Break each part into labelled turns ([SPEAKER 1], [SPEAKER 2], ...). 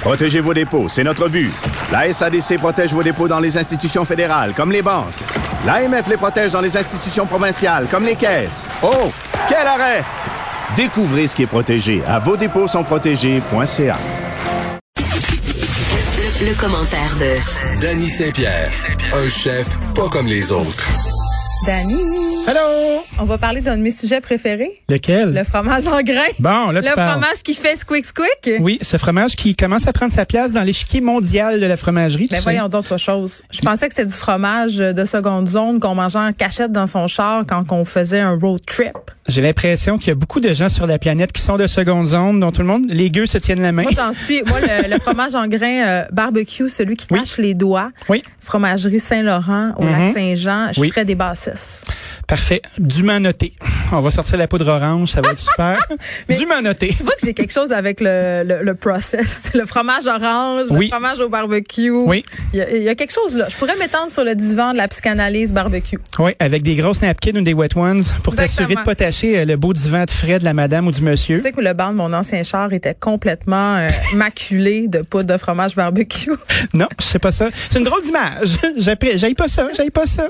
[SPEAKER 1] Protégez vos dépôts, c'est notre but. La SADC protège vos dépôts dans les institutions fédérales, comme les banques. L'AMF les protège dans les institutions provinciales, comme les caisses. Oh, quel arrêt! Découvrez ce qui est protégé à vos dépôts sont protégés.ca.
[SPEAKER 2] Le, le commentaire de
[SPEAKER 3] Danny Saint-Pierre, un chef pas comme les autres.
[SPEAKER 4] Danny,
[SPEAKER 5] Hello!
[SPEAKER 4] on va parler d'un de mes sujets préférés,
[SPEAKER 5] Lequel?
[SPEAKER 4] le fromage en grain.
[SPEAKER 5] Bon, là, tu
[SPEAKER 4] le
[SPEAKER 5] parles.
[SPEAKER 4] fromage qui fait Ben, squeak squeak.
[SPEAKER 5] Oui, ce fromage qui commence à prendre sa place dans l'échiquier mondial de la fromagerie.
[SPEAKER 4] Ben
[SPEAKER 5] tu sais.
[SPEAKER 4] voyons d'autres choses. Je pensais que c'était du fromage de seconde zone qu'on mangeait en cachette dans son char quand on faisait un road trip.
[SPEAKER 5] J'ai l'impression qu'il y a beaucoup de gens sur la planète qui sont de seconde zone, dont tout le monde, les gueux se tiennent la main.
[SPEAKER 4] Moi, j'en suis. Moi, le, le fromage en grain euh, barbecue, celui qui
[SPEAKER 5] Oui.
[SPEAKER 4] tâche les doigts.
[SPEAKER 5] Oui. Mm-hmm.
[SPEAKER 4] Fromagerie Saint-Laurent au lac Saint-Jean. Je suis
[SPEAKER 5] Oui.
[SPEAKER 4] près des bassesses.
[SPEAKER 5] Parfait. Dûment noté. On va sortir la poudre orange, ça va être super. Dûment noté.
[SPEAKER 4] Tu vois que j'ai quelque chose avec le, le, le process. Le fromage orange,
[SPEAKER 5] Oui.
[SPEAKER 4] le fromage au barbecue.
[SPEAKER 5] Oui.
[SPEAKER 4] Il y, a, il y a quelque chose là. Je pourrais m'étendre sur le divan de la psychanalyse barbecue.
[SPEAKER 5] Oui, avec des grosses napkins ou des wet ones pour t'assurer de
[SPEAKER 4] Exactement.
[SPEAKER 5] pas tâcher euh, le beau divan de frais de la madame ou du
[SPEAKER 4] Tu
[SPEAKER 5] monsieur.
[SPEAKER 4] sais que le banc de mon ancien char était complètement euh, maculé de poudre de fromage barbecue.
[SPEAKER 5] Non, c'est pas ça. C'est une drôle d'image. J'appré- J'aille pas ça, j'aille pas ça.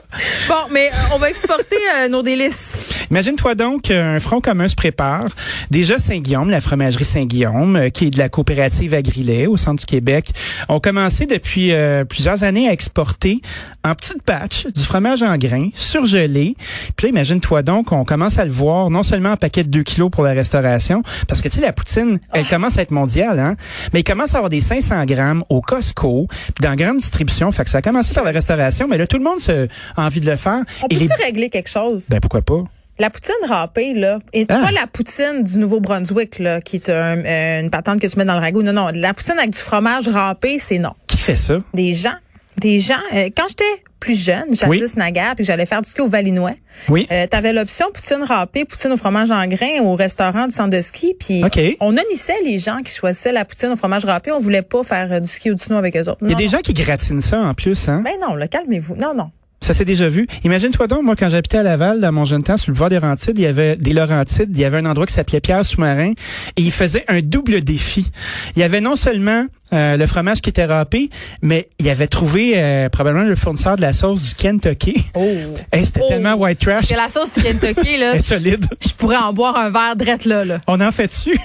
[SPEAKER 4] Bon, mais euh, on va exporter euh, nos délices.
[SPEAKER 5] Imagine-toi donc qu'un front commun se prépare. Déjà, Saint-Guillaume, la fromagerie Saint-Guillaume, euh, qui est de la coopérative Agrilet au centre du Québec, ont commencé depuis euh, plusieurs années à exporter en petites batches du fromage en grains, surgelé. Puis là, imagine-toi donc, on commence à le voir, non seulement en paquet de 2 kilos pour la restauration, parce que tu sais, la poutine, elle commence à être mondiale, hein, mais il commence à avoir des 500 grammes au Costco, puis dans la grande distribution. Fait que ça a commencé par la restauration, mais là, tout le monde se- a envie de le faire.
[SPEAKER 4] On
[SPEAKER 5] Et
[SPEAKER 4] peut-tu
[SPEAKER 5] les-
[SPEAKER 4] régler quelque chose?
[SPEAKER 5] Ben pourquoi pas?
[SPEAKER 4] La poutine râpée, là, et
[SPEAKER 5] Ah.
[SPEAKER 4] pas la poutine du Nouveau-Brunswick, là, qui est un- euh, une patente que tu mets dans le ragoût. Non, non, la poutine avec du fromage râpé, c'est non.
[SPEAKER 5] Qui fait ça?
[SPEAKER 4] Des gens, des gens. euh, quand j'étais plus jeune, j'allais
[SPEAKER 5] Oui.
[SPEAKER 4] Nagar, puis j'allais faire du ski au Valinois.
[SPEAKER 5] Oui.
[SPEAKER 4] Euh, T'avais l'option poutine râpée, poutine au fromage en grain au restaurant du centre de ski. Puis
[SPEAKER 5] OK.
[SPEAKER 4] on honnissait les gens qui choisissaient la poutine au fromage râpé. On voulait pas faire euh, du ski ou du snow avec eux autres.
[SPEAKER 5] Il y a
[SPEAKER 4] Non,
[SPEAKER 5] des
[SPEAKER 4] non.
[SPEAKER 5] gens qui gratinent ça en plus, hein?
[SPEAKER 4] Ben non, là, calmez-vous. Non, non.
[SPEAKER 5] Ça s'est déjà vu. Imagine-toi donc, moi, quand j'habitais à Laval, dans mon jeune temps, sur le boulevard des Laurentides, il y avait des Laurentides, il y avait un endroit qui s'appelait Pierre Sous-Marin, et il faisait un double défi. Il y avait non seulement euh, le fromage qui était râpé, mais il avait trouvé euh, probablement le fournisseur de la sauce du Kentucky.
[SPEAKER 4] Oh.
[SPEAKER 5] Hey, C'était
[SPEAKER 4] Oh.
[SPEAKER 5] tellement white trash,
[SPEAKER 4] Parce que la sauce du Kentucky, là,
[SPEAKER 5] elle est solide.
[SPEAKER 4] je pourrais en boire un verre drette là, là.
[SPEAKER 5] On en fait dessus.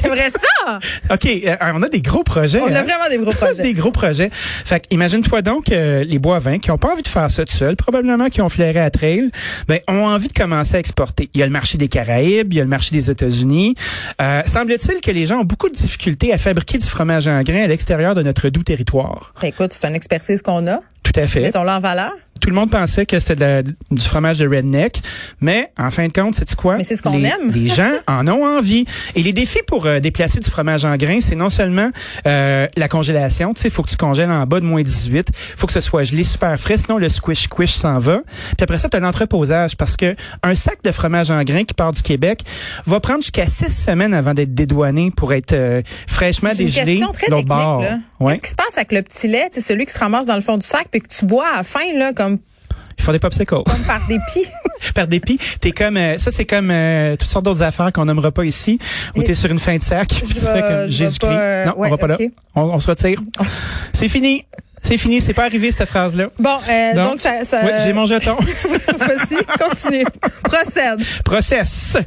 [SPEAKER 4] J'aimerais ça!
[SPEAKER 5] OK, euh, on a des gros projets.
[SPEAKER 4] On a
[SPEAKER 5] hein?
[SPEAKER 4] vraiment des gros projets.
[SPEAKER 5] des gros projets. Fait que imagine-toi donc euh, les bois vins qui ont pas envie de faire ça tout seuls, probablement qui ont flairé à trail, ben ont envie de commencer à exporter. Il y a le marché des Caraïbes, il y a le marché des États-Unis. Euh, semble-t-il que les gens ont beaucoup de difficultés à fabriquer du fromage en grains à l'extérieur de notre doux territoire.
[SPEAKER 4] Ben, écoute, c'est une expertise qu'on a.
[SPEAKER 5] Tout à fait.
[SPEAKER 4] Mettons-la en valeur.
[SPEAKER 5] Tout le monde pensait que c'était de la- du fromage de redneck, mais en fin de compte, c'est quoi
[SPEAKER 4] Mais c'est ce qu'on
[SPEAKER 5] Les-
[SPEAKER 4] aime.
[SPEAKER 5] Les gens en ont envie. Et les défis pour euh, déplacer du fromage en grains, c'est non seulement euh, la congélation, tu sais, faut que tu congèles en bas de moins 18, faut que ce soit gelé super frais, sinon le squish squish s'en va. Puis après ça, tu as l'entreposage parce que un sac de fromage en grains qui part du Québec va prendre jusqu'à six semaines avant d'être dédouané pour être euh, fraîchement
[SPEAKER 4] C'est une
[SPEAKER 5] dégelé
[SPEAKER 4] question très
[SPEAKER 5] de l'autre
[SPEAKER 4] technique,
[SPEAKER 5] bord.
[SPEAKER 4] là.
[SPEAKER 5] Ouais.
[SPEAKER 4] Qu'est-ce qui se passe avec le petit lait, c'est celui qui se ramasse dans le fond du sac puis que tu bois à la fin, là, comme,
[SPEAKER 5] Ils font des popsicles.
[SPEAKER 4] comme par dépit?
[SPEAKER 5] par dépit. T'es comme euh, ça, c'est comme euh, toutes sortes d'autres affaires qu'on nommera pas ici, où t'es sur une fin de sac, puis
[SPEAKER 4] Je vais-
[SPEAKER 5] tu fais
[SPEAKER 4] je vais
[SPEAKER 5] comme Jésus-Christ.
[SPEAKER 4] pas, euh,
[SPEAKER 5] non,
[SPEAKER 4] ouais,
[SPEAKER 5] on va pas
[SPEAKER 4] ok. Oh.
[SPEAKER 5] là. On, on se retire. c'est fini. C'est fini. C'est pas arrivé cette phrase là.
[SPEAKER 4] Bon, euh, donc, ça... ça
[SPEAKER 5] oui, j'ai mon jeton.
[SPEAKER 4] Vas-y, continue. Procède.
[SPEAKER 5] Process.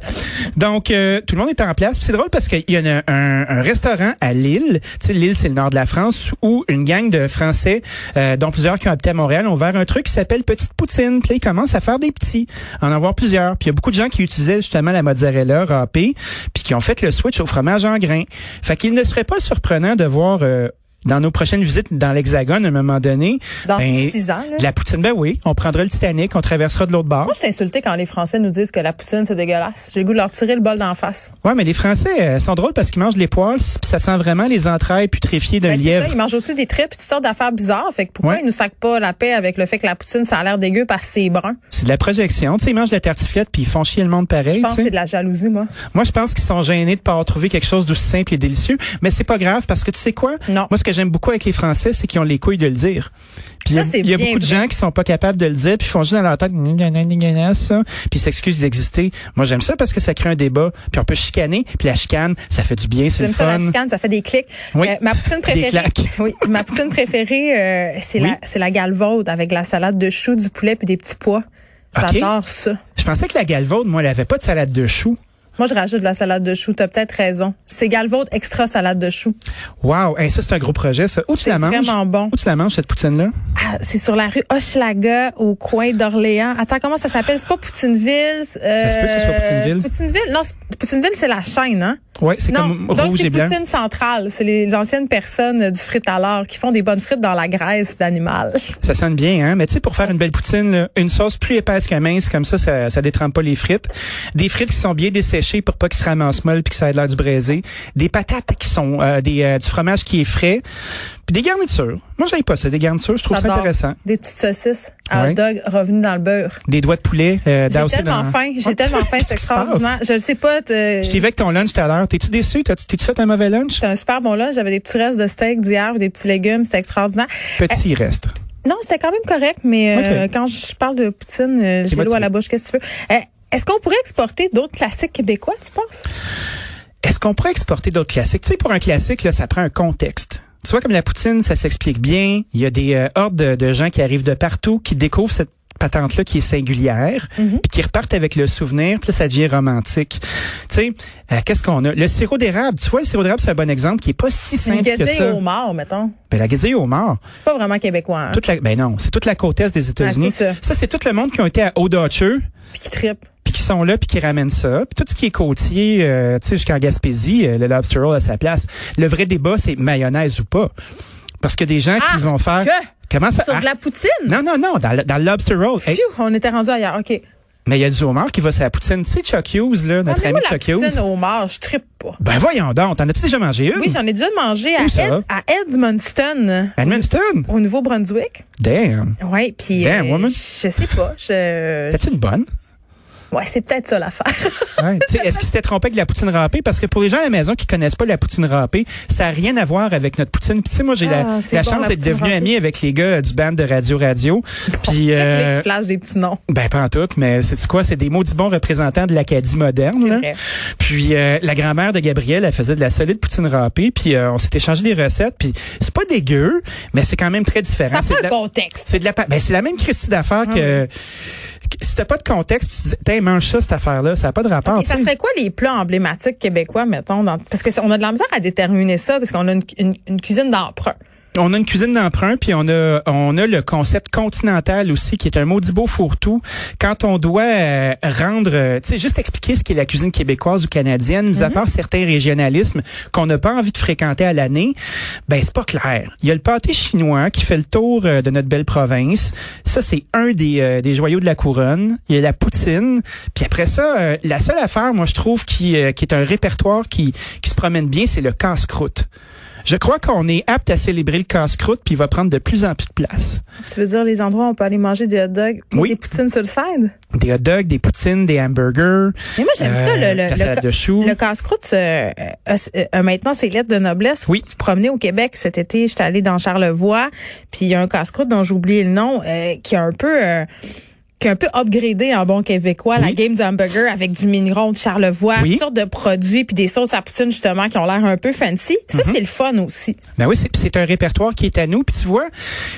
[SPEAKER 5] Donc, euh, tout le monde est en place. Puis C'est drôle parce qu'il y a une- un, un restaurant à Lille. Tu sais, Lille, c'est le nord de la France, où une gang de Français, euh, dont plusieurs qui ont habité à Montréal, ont ouvert un truc qui s'appelle Petite Poutine. Puis là, ils commencent à faire des petits, à en avoir plusieurs. Puis il y a beaucoup de gens qui utilisaient justement la mozzarella râpée, puis qui ont fait le switch au fromage en grains. Fait qu'il ne serait pas surprenant de voir... euh, dans nos prochaines visites dans l'Hexagone, à un moment donné,
[SPEAKER 4] Dans
[SPEAKER 5] ben,
[SPEAKER 4] six ans, là.
[SPEAKER 5] de la poutine, ben oui, on prendra le Titanic, on traversera de l'autre bord.
[SPEAKER 4] Moi, je suis insultée quand les Français nous disent que la poutine, c'est dégueulasse. J'ai le goût de leur tirer le bol d'en face.
[SPEAKER 5] Ouais, mais les Français euh, sont drôles parce qu'ils mangent les poils, puis ça sent vraiment les entrailles putréfiées d'un
[SPEAKER 4] Ben, c'est ça,
[SPEAKER 5] lièvre.
[SPEAKER 4] ils mangent aussi des tripes et toutes sortes d'affaires bizarres. Fait que pourquoi
[SPEAKER 5] Ouais.
[SPEAKER 4] ils nous sacent pas la paix avec le fait que la poutine, ça a l'air dégueu parce que c'est brun?
[SPEAKER 5] C'est de la projection. Tu sais, ils mangent de la tartiflette puis ils font chier le monde
[SPEAKER 4] Je
[SPEAKER 5] pareil.
[SPEAKER 4] pense
[SPEAKER 5] tu
[SPEAKER 4] que c'est
[SPEAKER 5] sais.
[SPEAKER 4] de la jalousie, moi.
[SPEAKER 5] Moi, je pense qu'ils sont gênés de pas avoir trouvé quelque chose d'aussi simple et délicieux. Mais c'est pas grave parce que tu sais quoi?
[SPEAKER 4] Non.
[SPEAKER 5] Moi, ce que que j'aime beaucoup avec les Français, c'est qu'ils ont les couilles de le dire. Puis il y a,
[SPEAKER 4] Ça, c'est
[SPEAKER 5] il y a
[SPEAKER 4] bien
[SPEAKER 5] beaucoup de
[SPEAKER 4] vrai.
[SPEAKER 5] gens qui sont pas capables de le dire, puis ils font juste dans leur tête, Gna, gna, gna, gna, gna, ça, puis ils s'excusent d'exister. Moi, j'aime ça parce que ça crée un débat, puis on peut chicaner, puis la chicane, ça fait du bien, c'est le
[SPEAKER 4] J'aime ça,
[SPEAKER 5] fun.
[SPEAKER 4] la chicane, ça fait des clics. Euh,
[SPEAKER 5] Oui.
[SPEAKER 4] ma poutine préférée,
[SPEAKER 5] claques.
[SPEAKER 4] oui, ma poutine préférée, euh, c'est
[SPEAKER 5] Oui.
[SPEAKER 4] la, c'est la galvaude avec la salade de choux, du poulet puis des petits pois.
[SPEAKER 5] Ok.
[SPEAKER 4] J'adore ça.
[SPEAKER 5] Je pensais que la galvaude, moi, elle avait pas de salade de choux.
[SPEAKER 4] Moi, je rajoute de la salade de choux. T'as peut-être raison. C'est galvaude extra salade de choux.
[SPEAKER 5] Wow, hey, ça c'est un gros projet ça. Où tu
[SPEAKER 4] C'est
[SPEAKER 5] la manges
[SPEAKER 4] vraiment bon.
[SPEAKER 5] Où tu la manges cette poutine là
[SPEAKER 4] Ah, c'est sur la rue Hochelaga, au coin d'Orléans. Attends, comment ça s'appelle? C'est pas Poutineville? c'est, Euh,
[SPEAKER 5] Ça se peut que ce soit Poutineville.
[SPEAKER 4] Poutineville? Non, c'est- Poutineville, c'est la chaîne, hein?
[SPEAKER 5] Ouais, c'est
[SPEAKER 4] non,
[SPEAKER 5] comme
[SPEAKER 4] donc
[SPEAKER 5] rouge
[SPEAKER 4] c'est
[SPEAKER 5] et blanc.
[SPEAKER 4] Poutine centrale. C'est les anciennes personnes euh, du frit à l'or qui font des bonnes frites dans la graisse d'animal.
[SPEAKER 5] Ça sonne bien hein, mais tu sais pour faire une belle poutine, là, une sauce plus épaisse que mince comme ça, ça ça détrempe pas les frites. Des frites qui sont bien desséchées pour pas qu'ils se ramassent molles puis que ça ait l'air du braisé. Des patates qui sont euh, des euh, du fromage qui est frais. Puis des garnitures. Moi j'aime pas ça, des garnitures, je trouve ça
[SPEAKER 4] J'adore.
[SPEAKER 5] intéressant.
[SPEAKER 4] Des petites saucisses à
[SPEAKER 5] Ouais.
[SPEAKER 4] hot dog revenues dans le beurre.
[SPEAKER 5] Des doigts de poulet euh,
[SPEAKER 4] J'ai
[SPEAKER 5] dowsés
[SPEAKER 4] tellement
[SPEAKER 5] dans- Oh,
[SPEAKER 4] faim. J'ai tellement faim. C'est
[SPEAKER 5] Qu'est-ce qui se passe?
[SPEAKER 4] extraordinaire. Je le sais pas. t'es-
[SPEAKER 5] Je t'ai vu avec ton lunch tout à l'heure. T'es-tu déçu? T'as-tu t'es-tu fait un mauvais lunch?
[SPEAKER 4] C'était un super bon lunch. J'avais des petits restes de steak d'hier, des petits légumes. C'était extraordinaire.
[SPEAKER 5] Petit reste.
[SPEAKER 4] Non, c'était quand même correct, mais euh,
[SPEAKER 5] Ok.
[SPEAKER 4] quand je parle de poutine, euh, j'ai l'eau
[SPEAKER 5] motivé.
[SPEAKER 4] à la bouche. Qu'est-ce que tu veux? Euh, Est-ce qu'on pourrait exporter d'autres classiques québécois, tu penses?
[SPEAKER 5] Est-ce qu'on pourrait exporter d'autres classiques? Tu sais, pour un classique, là, ça prend un contexte. Tu vois, comme la poutine, ça s'explique bien. Il y a des euh, hordes de, de gens qui arrivent de partout, qui découvrent cette patente-là qui est singulière,
[SPEAKER 4] Mhm.
[SPEAKER 5] puis qui repartent avec le souvenir, puis là, ça devient romantique. Tu sais, euh, qu'est-ce qu'on a? Le sirop d'érable. Tu vois, le sirop d'érable, c'est un bon exemple qui est pas si
[SPEAKER 4] Une
[SPEAKER 5] simple que
[SPEAKER 4] guédille
[SPEAKER 5] ça.
[SPEAKER 4] au mort, mettons.
[SPEAKER 5] Ben, la guédille au mort.
[SPEAKER 4] C'est pas vraiment québécois, hein?
[SPEAKER 5] Toute la, ben non, c'est toute la côte est des États-Unis.
[SPEAKER 4] Ah, c'est ça.
[SPEAKER 5] c'est tout le monde qui ont été à Odacheux,
[SPEAKER 4] Puis qui tripe.
[SPEAKER 5] puis qui sont là puis qui ramènent ça puis tout ce qui est côtier euh, tu sais jusqu'en Gaspésie euh, le lobster roll à sa place le vrai débat c'est mayonnaise ou pas parce que des gens
[SPEAKER 4] Ah,
[SPEAKER 5] qui vont faire
[SPEAKER 4] que?
[SPEAKER 5] comment ça
[SPEAKER 4] Sur de
[SPEAKER 5] ah,
[SPEAKER 4] la poutine?
[SPEAKER 5] non non non dans, le- dans le lobster roll Hey,
[SPEAKER 4] Phew, on était rendu ailleurs. OK.
[SPEAKER 5] mais il y a du homard qui va sur la poutine tu sais Chuck Hughes là notre
[SPEAKER 4] Ramenez-moi
[SPEAKER 5] ami
[SPEAKER 4] la
[SPEAKER 5] Chuck Hughes
[SPEAKER 4] poutine au mort, je tripe pas.
[SPEAKER 5] ben voyons donc t'en as-tu déjà mangé une
[SPEAKER 4] Oui, j'en ai déjà mangé à,
[SPEAKER 5] Hmm. Où ça?
[SPEAKER 4] Ed- à Edmonton,
[SPEAKER 5] Ben, Edmundston
[SPEAKER 4] au Nouveau-Brunswick.
[SPEAKER 5] damn
[SPEAKER 4] Oui, puis euh,
[SPEAKER 5] Damn, woman.
[SPEAKER 4] je sais pas. Je...
[SPEAKER 5] t'as-tu une bonne
[SPEAKER 4] Ouais, c'est peut-être ça l'affaire.
[SPEAKER 5] Ouais. Tu sais, Est-ce qu'il s'était trompé avec la poutine râpée? Parce que pour les gens à la maison qui connaissent pas la poutine râpée, ça n'a rien à voir avec notre poutine. Puis tu sais, moi, j'ai la-
[SPEAKER 4] Ah,
[SPEAKER 5] la,
[SPEAKER 4] c'est bon,
[SPEAKER 5] chance
[SPEAKER 4] la
[SPEAKER 5] d'être
[SPEAKER 4] poutine
[SPEAKER 5] devenu
[SPEAKER 4] râpée.
[SPEAKER 5] ami avec les gars euh, du band de Radio Radio. Puis,
[SPEAKER 4] Check
[SPEAKER 5] euh,
[SPEAKER 4] les flash des petits noms.
[SPEAKER 5] ben pas en tout, mais c'est quoi? C'est des maudits bons représentants de l'Acadie moderne.
[SPEAKER 4] C'est
[SPEAKER 5] là.
[SPEAKER 4] vrai.
[SPEAKER 5] Puis euh, la grand-mère de Gabrielle, elle faisait de la solide poutine râpée. Puis euh, on s'est échangé des recettes. Puis c'est pas dégueu, mais c'est quand même très
[SPEAKER 4] Ça
[SPEAKER 5] différent. C'est
[SPEAKER 4] prend
[SPEAKER 5] de
[SPEAKER 4] un Ah
[SPEAKER 5] la-
[SPEAKER 4] contexte.
[SPEAKER 5] c'est de la pa- ben, c'est la même Christie d'affaires que, que- si t'as pas de contexte, puis tu dis, Tiens, mange ça cette affaire-là, ça n'a pas de rapport.
[SPEAKER 4] Et ça
[SPEAKER 5] tu sais.
[SPEAKER 4] serait quoi les plats emblématiques québécois, mettons, dans- parce que ça- on a de la misère à déterminer ça, parce qu'on a une, une- une cuisine d'emprunt.
[SPEAKER 5] On a une cuisine d'emprunt, puis on a on a le concept continental aussi, qui est un maudit beau fourre-tout. Quand on doit euh, rendre, euh, tu sais, juste expliquer ce qu'est la cuisine québécoise ou canadienne, mis à part certains régionalismes qu'on n'a pas envie de fréquenter à l'année, ben c'est pas clair. Il y a le pâté chinois qui fait le tour euh, de notre belle province. Ça, c'est un des, euh, des joyaux de la couronne. Il y a la poutine. Puis après ça, euh, la seule affaire, moi, je trouve, qui, euh, qui est un répertoire qui, qui se promène bien, c'est le casse-croûte. Je crois qu'on est apte à célébrer le casse-croûte, puis il va prendre de plus en plus de place.
[SPEAKER 4] Tu veux dire les endroits où on peut aller manger des hot dogs, et
[SPEAKER 5] Oui.
[SPEAKER 4] des poutines sur le side?
[SPEAKER 5] Des hot dogs, des poutines, des hamburgers.
[SPEAKER 4] Mais moi, j'aime ça, le,
[SPEAKER 5] Euh,
[SPEAKER 4] le,
[SPEAKER 5] ta
[SPEAKER 4] le
[SPEAKER 5] salade
[SPEAKER 4] ca-
[SPEAKER 5] de choux.
[SPEAKER 4] le casse-croûte, euh, euh, euh, maintenant, c'est lettre de noblesse.
[SPEAKER 5] Oui.
[SPEAKER 4] Tu promenais au Québec cet été, j'étais allée dans Charlevoix, puis il y a un casse-croûte dont j'ai oublié le nom, euh, qui est un peu... euh, qui est un peu upgradé en bon québécois, la
[SPEAKER 5] Oui.
[SPEAKER 4] game du hamburger avec du mignon de Charlevoix,
[SPEAKER 5] Oui.
[SPEAKER 4] toutes sortes de produits puis des sauces à poutine justement qui ont l'air un peu fancy. Ça
[SPEAKER 5] Mm-hmm.
[SPEAKER 4] c'est le fun aussi.
[SPEAKER 5] Ben oui, c'est puis c'est un répertoire qui est à nous. Puis tu vois,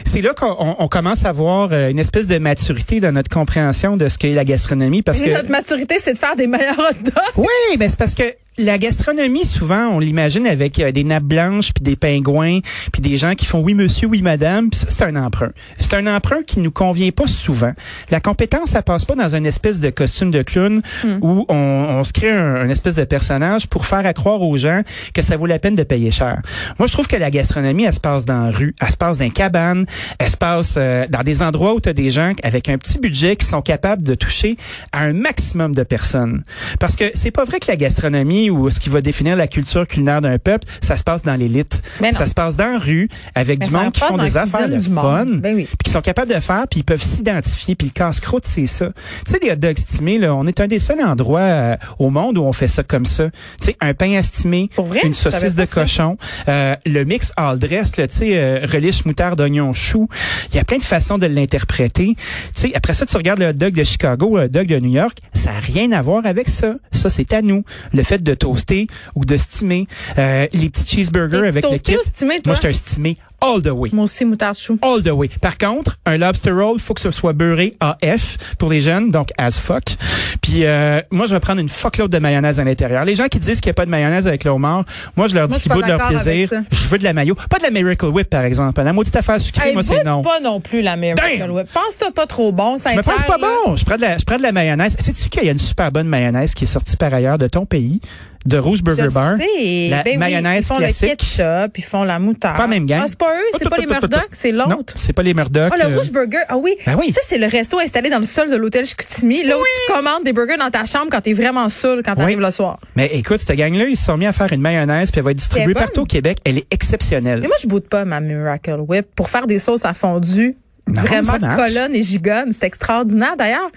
[SPEAKER 5] c'est là qu'on on- on commence à avoir euh, une espèce de maturité dans notre compréhension de ce qu'est la gastronomie. Parce
[SPEAKER 4] Et
[SPEAKER 5] que
[SPEAKER 4] notre maturité c'est de faire des meilleurs hot dogs.
[SPEAKER 5] Oui, ben c'est parce que la gastronomie, souvent, on l'imagine avec euh, des nappes blanches, puis des pingouins, puis des gens qui font oui monsieur, oui madame, puis ça, c'est un emprunt. C'est un emprunt qui nous convient pas souvent. La compétence, ça passe pas dans une espèce de costume de clown où on, on se crée un, un espèce de personnage pour faire à croire aux gens que ça vaut la peine de payer cher. Moi, je trouve que la gastronomie, elle se passe dans la rue, elle se passe dans les cabanes, elle se passe euh, dans des endroits où tu as des gens avec un petit budget qui sont capables de toucher à un maximum de personnes. Parce que c'est pas vrai que la gastronomie, gastronomie ou ce qui va définir la culture culinaire d'un peuple, ça se passe dans l'élite.
[SPEAKER 4] Mais Ben non.
[SPEAKER 5] Ça se passe dans la rue, avec
[SPEAKER 4] Mais
[SPEAKER 5] du
[SPEAKER 4] ça
[SPEAKER 5] monde qui
[SPEAKER 4] passe
[SPEAKER 5] font
[SPEAKER 4] dans
[SPEAKER 5] des
[SPEAKER 4] la
[SPEAKER 5] affaires
[SPEAKER 4] cuisine
[SPEAKER 5] de
[SPEAKER 4] du monde.
[SPEAKER 5] fun,
[SPEAKER 4] Ben oui.
[SPEAKER 5] puis qui sont capables de faire, puis ils peuvent s'identifier, puis le casse-croûte, c'est ça. Tu sais, les hot dogs estimés, là, on est un des seuls endroits euh, au monde où on fait ça comme ça. Tu sais, un pain estimé,
[SPEAKER 4] Pour vrai?
[SPEAKER 5] une
[SPEAKER 4] Je savais
[SPEAKER 5] saucisse
[SPEAKER 4] pas
[SPEAKER 5] de
[SPEAKER 4] ça.
[SPEAKER 5] cochon, euh, le mix all dress, là, tu sais, euh, relish, moutarde, oignon, chou. Il y a plein de façons de l'interpréter. Tu sais, après ça, tu regardes le hot dog de Chicago, le hot dog de New York, ça n'a rien à voir avec ça. Ça, c'est à nous. Le fait de toaster ou de steamer. Euh, les petits cheeseburgers
[SPEAKER 4] T'es-tu
[SPEAKER 5] avec le
[SPEAKER 4] toasté
[SPEAKER 5] kit.
[SPEAKER 4] ou steamé, toi?
[SPEAKER 5] Moi, je suis un steamé all the way.
[SPEAKER 4] Moi aussi, moutarde chou.
[SPEAKER 5] All the way. Par contre, un lobster roll, faut que ce soit beurré AF pour les jeunes, donc as fuck. Puis euh, moi, je vais prendre une fuckload de mayonnaise à l'intérieur. Les gens qui disent qu'il n'y a pas de mayonnaise avec le homard, moi, je
[SPEAKER 4] Moi,
[SPEAKER 5] leur dis
[SPEAKER 4] je suis
[SPEAKER 5] qu'ils
[SPEAKER 4] pas
[SPEAKER 5] boudent leur
[SPEAKER 4] d'accord avec
[SPEAKER 5] plaisir.
[SPEAKER 4] ça.
[SPEAKER 5] Je veux de la mayo. Pas de la Miracle Whip, par exemple. La maudite affaire sucrée,
[SPEAKER 4] Hey,
[SPEAKER 5] moi, c'est
[SPEAKER 4] goûte
[SPEAKER 5] non.
[SPEAKER 4] pas non plus la meilleure.
[SPEAKER 5] Damn!
[SPEAKER 4] Pense-toi pas trop bon. Ça
[SPEAKER 5] Je me
[SPEAKER 4] éclaire,
[SPEAKER 5] pense pas
[SPEAKER 4] là.
[SPEAKER 5] bon. Je prends de la, je prends de la mayonnaise. Sais-tu qu'il y a une super bonne mayonnaise qui est sortie par ailleurs de ton pays, de Rouge
[SPEAKER 4] Je
[SPEAKER 5] Burger Bar?
[SPEAKER 4] sais.
[SPEAKER 5] La
[SPEAKER 4] Ben oui,
[SPEAKER 5] mayonnaise
[SPEAKER 4] ils font le
[SPEAKER 5] classique.
[SPEAKER 4] ketchup, ils font la moutarde.
[SPEAKER 5] Pas même gang.
[SPEAKER 4] Ah, c'est pas eux, c'est
[SPEAKER 5] Oh,
[SPEAKER 4] pas
[SPEAKER 5] oh,
[SPEAKER 4] les
[SPEAKER 5] oh, oh, oh.
[SPEAKER 4] Murdoch, c'est
[SPEAKER 5] Non,
[SPEAKER 4] l'autre.
[SPEAKER 5] c'est pas les Murdoch.
[SPEAKER 4] Ah, le
[SPEAKER 5] euh,
[SPEAKER 4] Rouge Burger. Ah oui.
[SPEAKER 5] Ben oui.
[SPEAKER 4] Ça, c'est le resto installé dans le sol de l'hôtel Chicoutimi. Là où tu commandes des burgers dans ta chambre quand t'es vraiment saoul, quand t'arrives
[SPEAKER 5] Oui.
[SPEAKER 4] le soir.
[SPEAKER 5] Mais écoute, cette gang-là, ils se sont mis à faire une mayonnaise, puis elle va être distribuée
[SPEAKER 4] Elle est bonne.
[SPEAKER 5] partout au Québec. Elle est
[SPEAKER 4] Mais
[SPEAKER 5] exceptionnelle.
[SPEAKER 4] moi, je boude pas ma Miracle Whip pour faire des sauces à fondue.
[SPEAKER 5] Non,
[SPEAKER 4] vraiment
[SPEAKER 5] ça marche.
[SPEAKER 4] colonne et gigonne. C'est extraordinaire. D'ailleurs,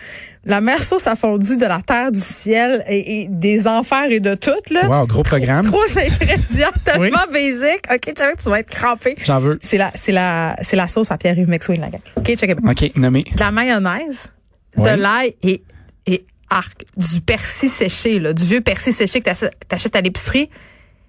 [SPEAKER 4] la meilleure sauce à fondue de la terre, du ciel et, et des enfers et de tout, là.
[SPEAKER 5] Wow, gros programme.
[SPEAKER 4] Trois ingrédients tellement basic. OK, Charlie, tu vas être crampé.
[SPEAKER 5] J'en veux.
[SPEAKER 4] C'est la, c'est la, c'est la sauce à pierre hugues Maxwell, la gang. OK, check it.
[SPEAKER 5] OK, nommé.
[SPEAKER 4] De la mayonnaise,
[SPEAKER 5] Ouais.
[SPEAKER 4] de l'ail et, et arc. Du persil séché, là. Du vieux persil séché que t'ach- t'achètes à l'épicerie.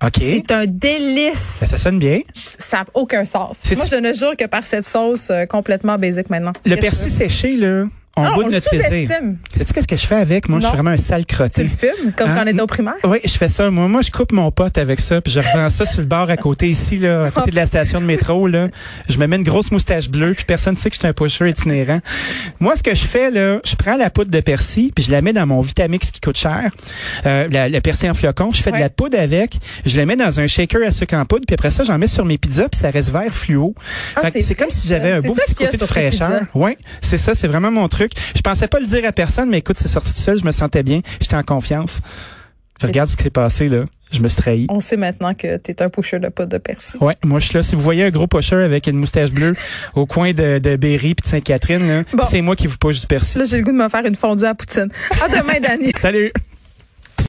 [SPEAKER 5] OK.
[SPEAKER 4] C'est un délice.
[SPEAKER 5] Ben, ça sonne bien.
[SPEAKER 4] Ça n'a aucun sens.
[SPEAKER 5] C'est-
[SPEAKER 4] Moi, je ne jure que par cette sauce euh, complètement basique maintenant.
[SPEAKER 5] Le
[SPEAKER 4] Qu'est-ce
[SPEAKER 5] persil
[SPEAKER 4] que
[SPEAKER 5] séché, là, on
[SPEAKER 4] Ah non, on
[SPEAKER 5] goûte
[SPEAKER 4] le
[SPEAKER 5] notre plaisir.
[SPEAKER 4] sous-estime.
[SPEAKER 5] Sais-tu qu'est-ce que je fais avec? Moi, je
[SPEAKER 4] Non.
[SPEAKER 5] suis vraiment un sale
[SPEAKER 4] Tu
[SPEAKER 5] crotté.
[SPEAKER 4] le fumes, comme
[SPEAKER 5] Hein?
[SPEAKER 4] quand on était au primaire?
[SPEAKER 5] Oui, je fais ça. Moi, moi, je coupe mon pote avec ça, puis je revends ça sur le bar à côté ici, là, à côté de la station de métro. Là. Je me mets une grosse moustache bleue, puis personne ne sait que je suis un pusher itinérant. Moi, ce que je fais, là, je prends la poudre de persil, puis je la mets dans mon Vitamix qui coûte cher, euh, la- le persil en flocon. Je fais
[SPEAKER 4] Ouais.
[SPEAKER 5] de la poudre avec, je le mets dans un shaker à sucre en poudre, puis après ça, j'en mets sur mes pizzas, puis ça reste vert fluo.
[SPEAKER 4] Ah,
[SPEAKER 5] Fait que
[SPEAKER 4] c'est
[SPEAKER 5] c'est comme
[SPEAKER 4] vrai,
[SPEAKER 5] si j'avais
[SPEAKER 4] ça.
[SPEAKER 5] un
[SPEAKER 4] C'est
[SPEAKER 5] beau
[SPEAKER 4] ça
[SPEAKER 5] petit
[SPEAKER 4] qu'il y a
[SPEAKER 5] côté de
[SPEAKER 4] sur tes
[SPEAKER 5] fraîcheur.
[SPEAKER 4] pizzas.
[SPEAKER 5] Oui, c'est ça, c'est vraiment mon truc. Je pensais pas le dire à personne, mais écoute, c'est sorti tout seul, je me sentais bien, j'étais en confiance. Je regarde ce qui s'est passé, là. Je me suis trahi.
[SPEAKER 4] On sait maintenant que tu es un pusher de poudre de persil.
[SPEAKER 5] Ouais, moi, je suis là. Si vous voyez un gros pocheur avec une moustache bleue au coin de, de Berry puis de Sainte-Catherine, là,
[SPEAKER 4] Bon.
[SPEAKER 5] c'est moi qui vous poche du persil.
[SPEAKER 4] Là, j'ai le goût de me faire une fondue à poutine. À demain, Dani.
[SPEAKER 5] Salut!